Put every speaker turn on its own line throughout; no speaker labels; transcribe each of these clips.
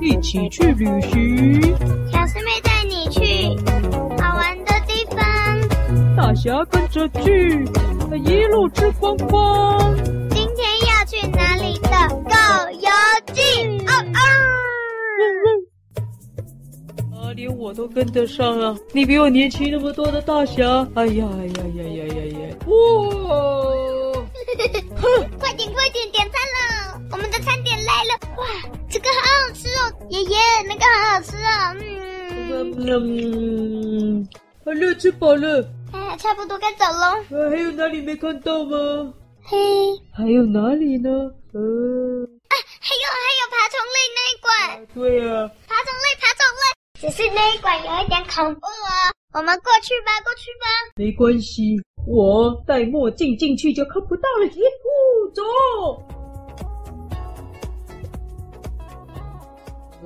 一起去旅行。
小师妹带你去好玩的地方，
大侠跟着去，一路吃光光。
今天要去哪里的《狗游记》哦哦。
啊，连我都跟得上啊！你比我年轻那么多的大侠，哎呀哎呀呀呀呀呀！哇，
快点快点点餐了，我们的餐点来了！哇，这个好好吃哦，爷爷那个好好吃哦，嗯，
嗯，好了，吃饱了。
哎，差不多该走喽。
呃，还有哪里没看到吗？
嘿，
还有哪里呢？呃，
啊还有还有爬虫类那一馆，
对呀、啊，
爬虫类爬虫类，只是那一馆有一点恐怖哦。我们过去吧，过去吧。
没关系，我戴墨镜进去就看不到了。耶呼，走。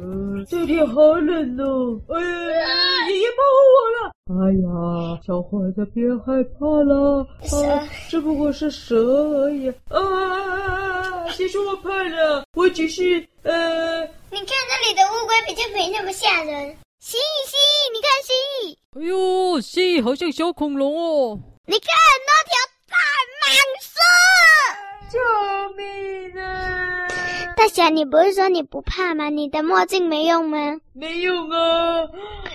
嗯，这里好冷哦！哎呀，爷爷抱我了！哎呀，小伙子别害怕啦，啊，只不过是蛇而已。啊，谁说我怕了？我只是呃，
你看那里的乌龟比较没那么吓人。蜥蜴，蜥蜴，你看蜥蜴，
哎呦，蜥蜴好像小恐龙哦！
你看那条大蟒蛇。
救命啊！
大侠，你不是说你不怕吗？你的墨镜没用吗？
没用啊！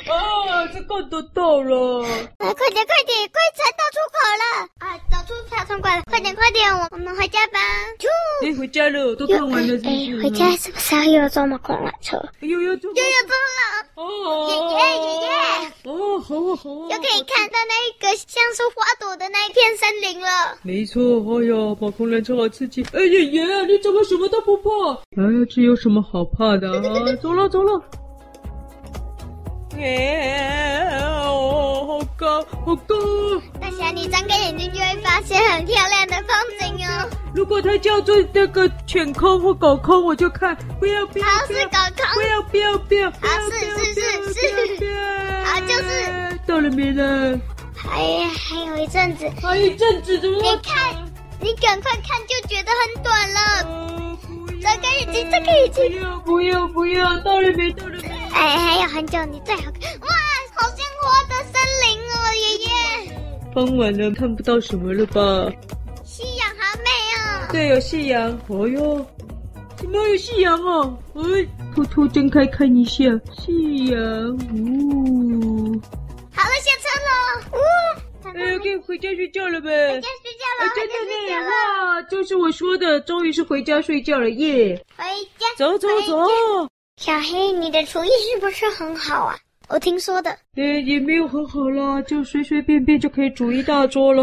啊，这看得到了。
啊，快点，快点，快才到出口了！啊，走出小餐馆了，快点，快点，我我们回家吧。啾，
哎，回家了，都看完了，是不是？
哎回家是不是要又坐公缆车？
哎呦
又
呦，又
要坐了，
哦，
爷爷爷爷，
哦，好啊好啊，
又可以看到那一个像是花朵的那一片森林了。
没错，哎呀，跑空缆车好刺激！哎，爷爷，你怎么什么都不怕？哎，这有什么好怕的 啊？走了，走了。哎，哦，好高，好高！
大侠，你张开眼睛就会发现很漂亮的风景哦。
如果它叫做那个犬空或狗空，我就看，不要，不要，
好
不
是
要，
狗
不
空，
要，不要，不要，不要，
是
不要
是
不要
是是
不要
啊就是
到了没呢？
还哎还有一阵子，
还一阵子，怎么
你看，你赶快看就觉得很短了。
呃不要
张开眼睛，张开眼睛。
不要不要不要，到了没？到了没？
哎，还有很久，你最好看。哇，好鲜活的森林哦，爷爷，
傍晚了，看不到什么了吧？
夕阳好美哦。
对，有夕阳。哦哟，怎么有夕阳哦？哎，偷偷睁开看一下，夕阳。呜、
好了，下车喽。呜，赶快
哎，可以回家睡觉了呗。
回家睡觉
哎
了，，回
真的
家睡觉
呢！
了，
哇，就是我说的，终于是回家睡觉了耶！
回家。
走走走，
小黑，你的厨艺是不是很好啊？我听说的。
呃，也没有很好啦，就随随便便就可以煮一大桌了。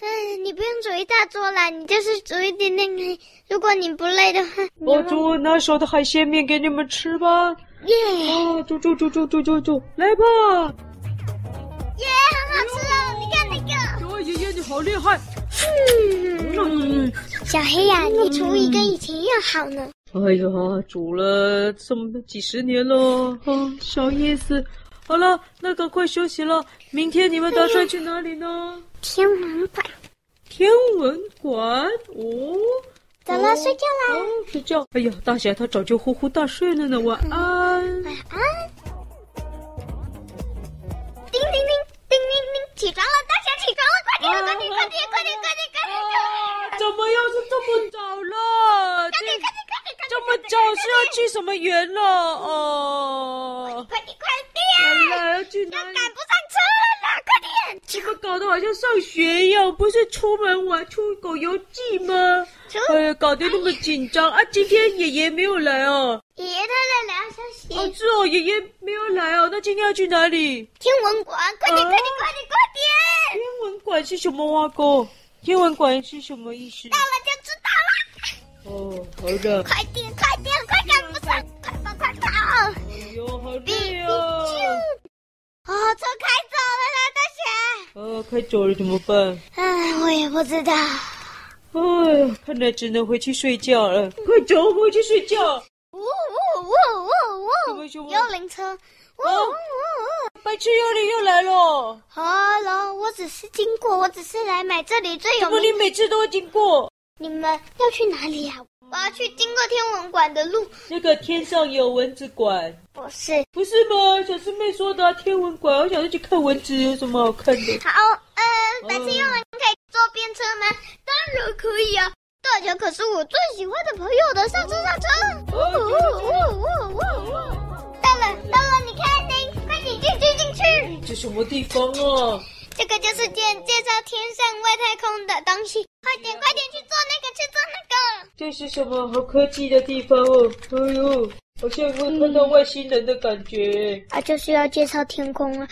嗯，你不用煮一大桌啦，你就是煮一点点。如果你不累的话，你
我
要
哦煮我拿手的海鲜面给你们吃吧。
耶
啊，煮煮煮煮煮煮煮，来吧！
耶，很好吃哦！你看那个，
哇，哎爷爷你好厉害！
嗯，
嗯，
小黑呀、你厨艺跟以前要好呢。
哎呀，煮了这么几十年了，啊，小意思。好了，那赶快休息了。明天你们打算去哪里呢？
天文馆，
天文馆哦。
走了，睡觉啦。
哦，睡觉。哎呀，大侠他早就呼呼大睡了呢，啊晚安。
晚安。叮铃铃，叮铃铃，起床了，大侠起床了，快点，快点，快点，快点，快点，快点，
怎么又是这么早了？这
快点，快点，
这么早是要去什么园了？哦，
快点，快点，
来要去哪里
赶？不上车了，快点，
这个搞得好像上学一样，不是出门玩出狗游记吗？哎呀，搞得那么紧张啊！今天爷爷没有来哦。
爷爷他在聊消
哦，
息，
是哦，爷爷没有来哦。那今天要去哪里？
天文馆，快点，快点，快点，快点，
天文馆是什么挖沟？天文馆是什么意思？
到了就知道了，
哦，好的。
快点，快点，快赶不上，快跑，快跑，
哎呦，好
比
累
比
哦。
哦，车开走了啦，大侠。
呃，开走了怎么办？
唉，我也不知道。
哎呀，看来只能回去睡觉了。快走，回去睡觉。
呜呜呜呜
为什
呜！
么
幽灵车，呜
啊
呜呜
白痴幽灵又来了，
呜！好了，我只是经过，我只是来买这里最有
怎么
名。
你每次都会经过？
你们要去哪里呀、
啊、
我要去经过天文馆的路，
那个天上有蚊子馆，
不是，
不是吗？小师妹说的啊、天文馆，我想要去看蚊子，有什么好看的？
好，呃，白天用完可以坐便车吗？当然可以啊！大乔可是我最喜欢的朋友的，上车上车！呜呜呜呜呜呜！哦到了到了，你看那，快点进去进去！
这什么地方啊？
这个就是介介绍天上外太空的东西，快点快点去做那个去做那个！
这是什么好科技的地方哦？哎呦，好像会看到外星人的感觉。
啊，就是要介绍天空啊！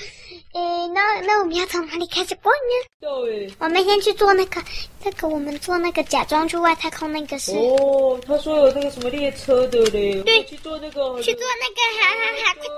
诶，那那我们要从哪里开始逛呢？
到哎诶、
我们先去做那个，那个我们做那个假装去外太空那个事，
哦，他说有那个什么列车的嘞，我
对
们去坐那个。
去做那个，哈哈哈，快点！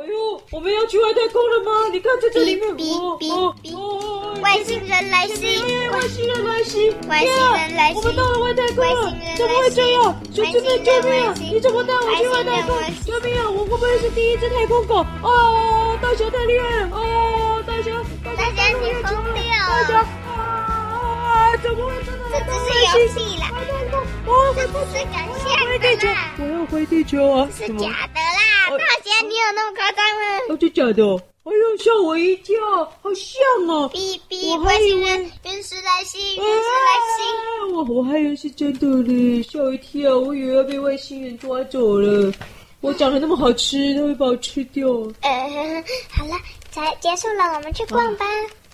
哎呦，我们要去外太空了吗？你看，在这里面，
哔
哦
哔
哦
哔
哦哦
外星人来袭，
耶外星人来袭！
外星人来袭
呀我们到了外太空
外星
了
人来，袭
怎么会这样？救
外
救
星人
命！救命
来
啊！
袭
你怎么带我去外太空
外星人来？袭
救命啊！我会不会是第一只太空狗？哦，大侠太厉害了！哦，大侠，
大
侠，
侠
太厉
你
害
疯
了！大侠
掉！了，
啊！怎么会真的
这
来到外
只是游
星？
戏啦，
外太空！哦，
这只是搞
回地
笑
球
的啦，！
我要回地球啊！
是
怎么
假的啦，
哦
大侠你有那么夸张吗？
哦，真假的哦？哎呦，吓我一跳！好像 哦。
哔哔，
我还
外
以
星
为
人陨石来袭，
哎
陨石来
我啊我还以为是真的嘞，吓我一跳！我以为要被外星人抓走了。我长得那么好吃，他会把我吃掉。
袭。呃，好了，才结束了，我们去逛吧。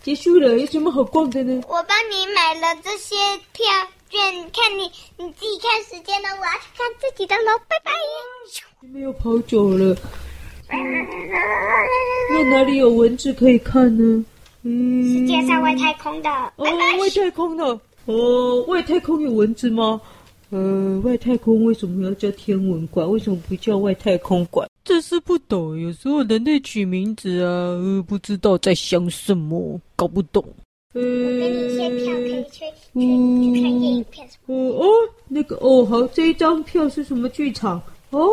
结束了，有什么好逛的呢？
我帮你买了这些票券，看你你自己看时间呢，我要去看自己的楼，拜拜。
没有跑走了。那哪里有蚊子可以看呢？嗯，
介绍外太空的，哎
哦，
拜拜。
外太空的。哦，外太空有蚊子吗？呃，外太空为什么要叫天文馆？为什么不叫外太空馆？这是不懂，有时候人类取名字啊，呃不知道在想什么，搞不懂。呃，
给你一些票可以去去
嗯
去看电影片什么。
哦哦，那个哦，好，这一张票是什么剧场？哦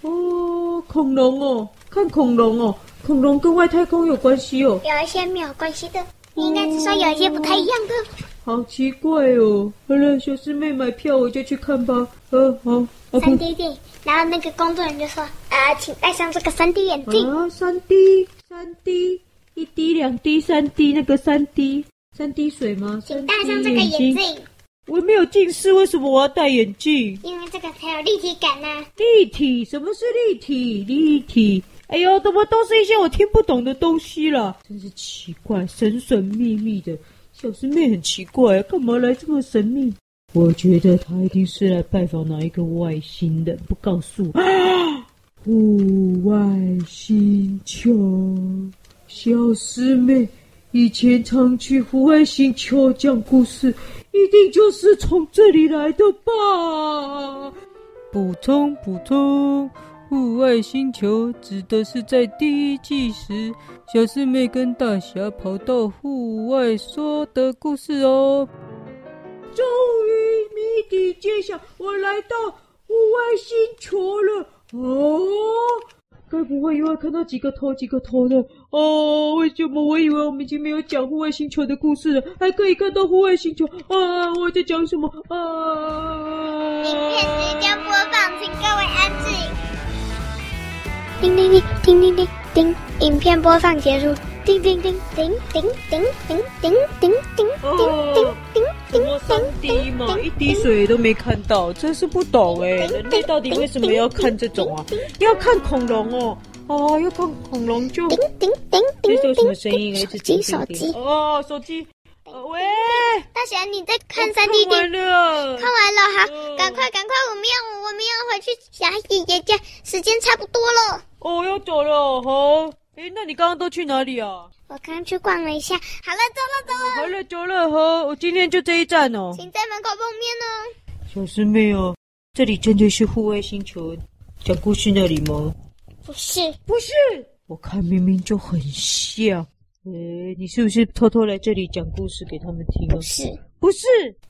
哦，恐龙哦，看恐龙哦，恐龙跟外太空有关系哦，
有一些没有关系的，你应该是说有一些不太一样的。
好奇怪哦。好了，小师妹买票，我就去看吧。呃，好，啊
三 D 电影，然后那个工作人员就说：“啊，请戴上这个三 D 眼镜。
啊，三滴，三滴，一滴、两滴、三滴，那个三滴，三滴水吗？
请
三
戴
滴
上这个眼
睛。
镜，
我没有近视，为什么我要戴眼镜？
因为这个才有立体感啊呐、
立体，什么是立体？立体。哎呦，怎么都是一些我听不懂的东西啦！真是奇怪，神神秘秘的。小师妹很奇怪，干嘛来这么神秘？我觉得她一定是来拜访哪一个外星人，不告诉我。啊 户外星球，小师妹以前常去户外星球讲故事，一定就是从这里来的吧？补充补充，户外星球指的是在第一季时，小师妹跟大侠跑到户外说的故事哦。终于谜底揭晓，我来到户外星球了哦。该不会又要看到几个头几个头的哦？为什么我以为我们已经没有讲户外星球的故事了，还可以看到户外星球啊？我在讲什么啊？
影片即将播放，请各位安静。叮叮叮叮叮叮叮，影片播放结束。叮叮叮叮叮叮叮叮叮叮叮叮
什么三滴嘛，一滴水都没看到，真是不懂哎！人类到底为什么要看这种啊？要看恐龙哦，哦，要看恐龙就
叮叮叮
这
叮叮
是有什
叮，
么声音啊？一直
手机
叮叮
手
叮
机。
哦，手机，呃喂，
大侠，你在看三 D
看完
电
了，
看完了，
嗯
好，赶快赶快，我们要我们要回去小姐姐家，时间差不多了。
哦，要走了，好，哎，那你刚刚都去哪里啊？
我刚去逛了一下，好了，走了走了，
好了，走了，好，我今天就这一站哦。
请在门口碰面哦。
小师妹哦，这里真的是户外星球讲故事那里吗？
不是，
不是，我看明明就很像。诶，呃你是不是偷偷来这里讲故事给他们听啊
不？是，
不是，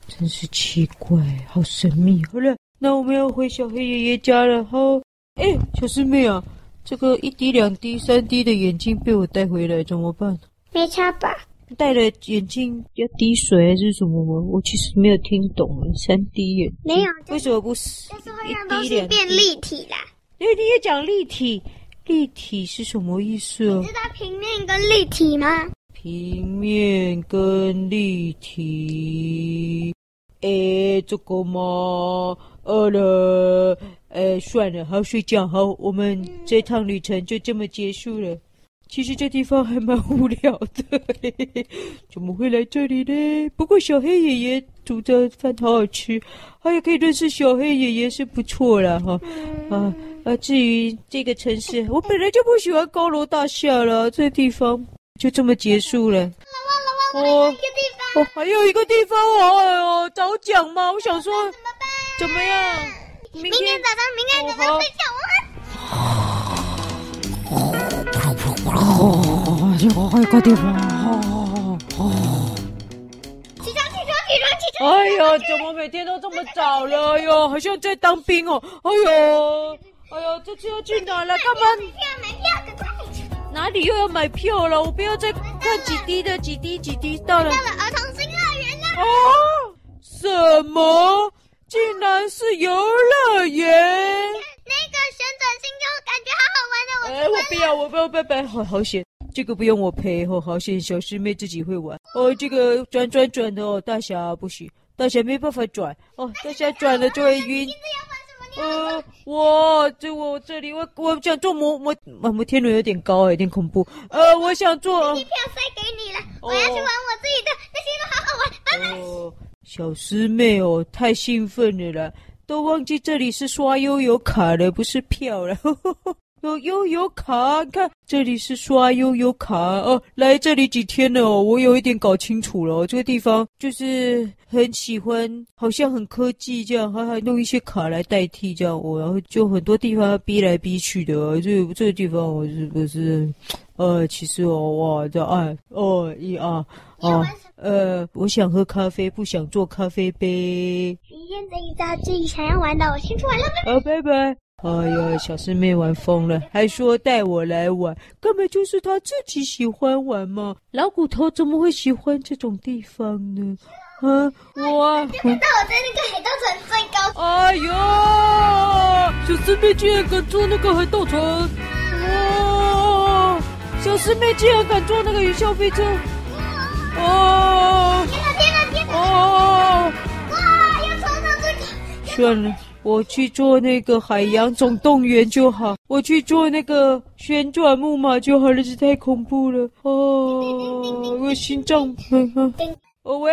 真是奇怪，好神秘。好了，那我们要回小黑爷爷家了。好，哎，小师妹啊，这个一滴、两滴、三滴的眼睛被我带回来怎么办？
没差吧？
戴了眼镜要滴水还是什么吗？我其实没有听懂哎，三滴眼镜
没有
为什么不是
但是会让东
一滴
西
两
变
滴？
立体啦。
因为你也讲立体，立体是什么意思哦
知？道平面跟立体吗？
平面跟立体，诶，这个吗？饿了，诶，算了，好睡觉，好，我们这趟旅程就这么结束了。其实这地方还蛮无聊的， 嘿嘿嘿怎么会来这里呢？不过小黑爷爷煮的饭好好吃，还有可以认识小黑爷爷是不错啦哈。啊啊，至于这个城市，我本来就不喜欢高楼大厦了，这地方就这么结束了。
忘了，忘了
我
一个地方
我还有一个地方哦，哎呦，早讲嘛！我想说，
怎么办？
怎么样？明
明天
天
早上，明天早
哦
上
好
睡觉，我啊很
哦有一个地哦方。
起床，起床，起床，起床。
哎呦，怎么每天都这么早了？哎呦，好像在当兵哦！哎呦，哎呦，这次要去哪了？干嘛？
买票，买票，赶快！到
哪里又要买票了？我不要再看几滴的几滴几滴到了。
了儿童新乐园啦！
啊！什么？竟然是游乐园！
那个旋转星球感觉好好玩的，我
哎，我不要，我不要，拜拜，好好险，这个不用我陪哦，好险，小师妹自己会玩。哦，这个转转转的哦，大侠不行，大侠没办法转哦，大侠转了就会晕。
要玩什么？你
呃，我这我这里我我想坐摩摩摩摩天轮有点高，有点恐怖。呃，我想坐。
票塞给你了，我要去玩我自己的，那些都好好玩。拜拜。
哦，小师妹哦，太兴奋了啦，都忘记这里是刷悠游卡了，不是票了。有悠游卡，你看这里是刷悠游卡哦。来这里几天了哦，我有一点搞清楚了哦、这个地方就是很喜欢，好像很科技这样，还还弄一些卡来代替这样哦。然后就很多地方要逼来逼去的哦、这这个地方我是不是？呃，其实哦，哇，这二哦一二哦，呃，我想喝咖啡，不想做咖啡杯。
明天自己找自己想要玩的，我先去玩了，拜拜。
啊，拜拜。哎呦，小师妹玩疯了，还说带我来玩，根本就是她自己喜欢玩嘛。老骨头怎么会喜欢这种地方呢？啊，我啊，
那我在那个海盗船最高，
哎呦，小师妹竟然敢坐那个海盗船！哇，小师妹竟然敢坐那个云霄飞车！哦
天哪，天哪，天哪！
哦，
哇，要冲上最高！
算了，我去做那个海洋总动员就好，我去做那个旋转木马就好了，这太恐怖了哦！我心脏，哦喂，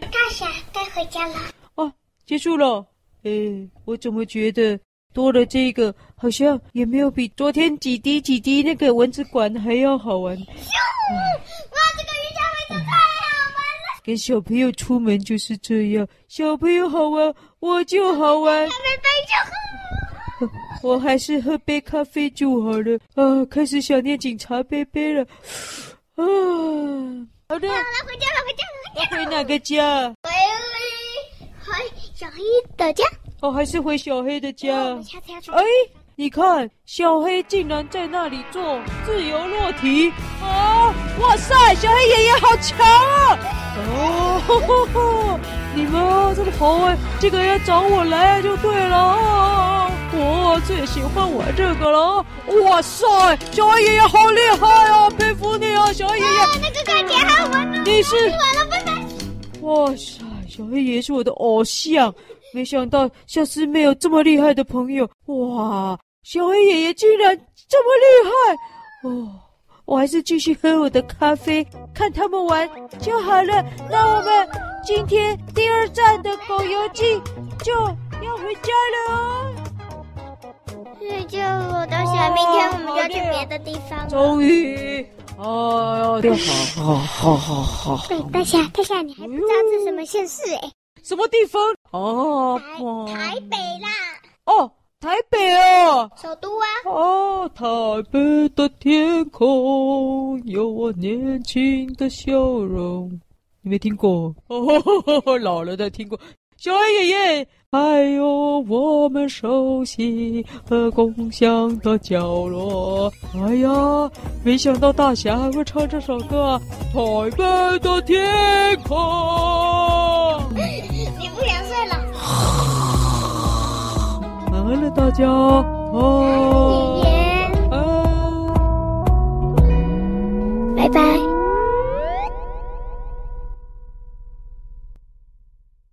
大侠该回家了。
哦，结束了。诶，我怎么觉得多了这个好像也没有比昨天几滴几滴那个蚊子管还要好玩。
哇，这个瑜伽会太好玩了！
跟小朋友出门就是这样，小朋友好玩，我就好玩。
拜拜，
我还是喝杯咖啡就好了。啊，开始想念警察贝贝了。 啊，好的，
好了，回家了，回家了，
要回哪个家？
回回小黑的家。
哦，还是回小黑的家？
我们下次要去。
哎，你看，小黑竟然在那里做自由落体！哦，哇塞，小黑爷爷好强啊！哦，吼吼吼你们啊，这个好玩，这个要找我来就对了哦。我最喜欢玩这个了！哇塞，小黑爷爷好厉害啊，佩服你啊，小黑爷
哇
爷！，
那个感觉好玩呢！
你是
完了，拜拜。
哇塞，小黑爷是我的偶像，没想到小师妹有这么厉害的朋友。哇，小黑爷爷竟然这么厉害！哦，我还是继续喝我的咖啡，看他们玩就好了。那我们今天第二站的狗游记就要回家了哦。
睡觉了，大侠，明天我们就要去别的地方啊了。
终于，哦，好，好，好，好，好，
对，大侠，大侠，你还不知道这什么县市哎？
什么地方？哦，哦
台台北啦，
哦，台北哦。
首都啊。
啊，台北的天空有我年轻的笑容。你没听过？哦，老了的听过。
小爱爷爷，
还有哎我们熟悉和共享的角落。哎呀，没想到大侠还会唱这首歌啊！台北的天空。
你不想睡了？
来了，大家，哦，
爷爷，
哎。
拜拜。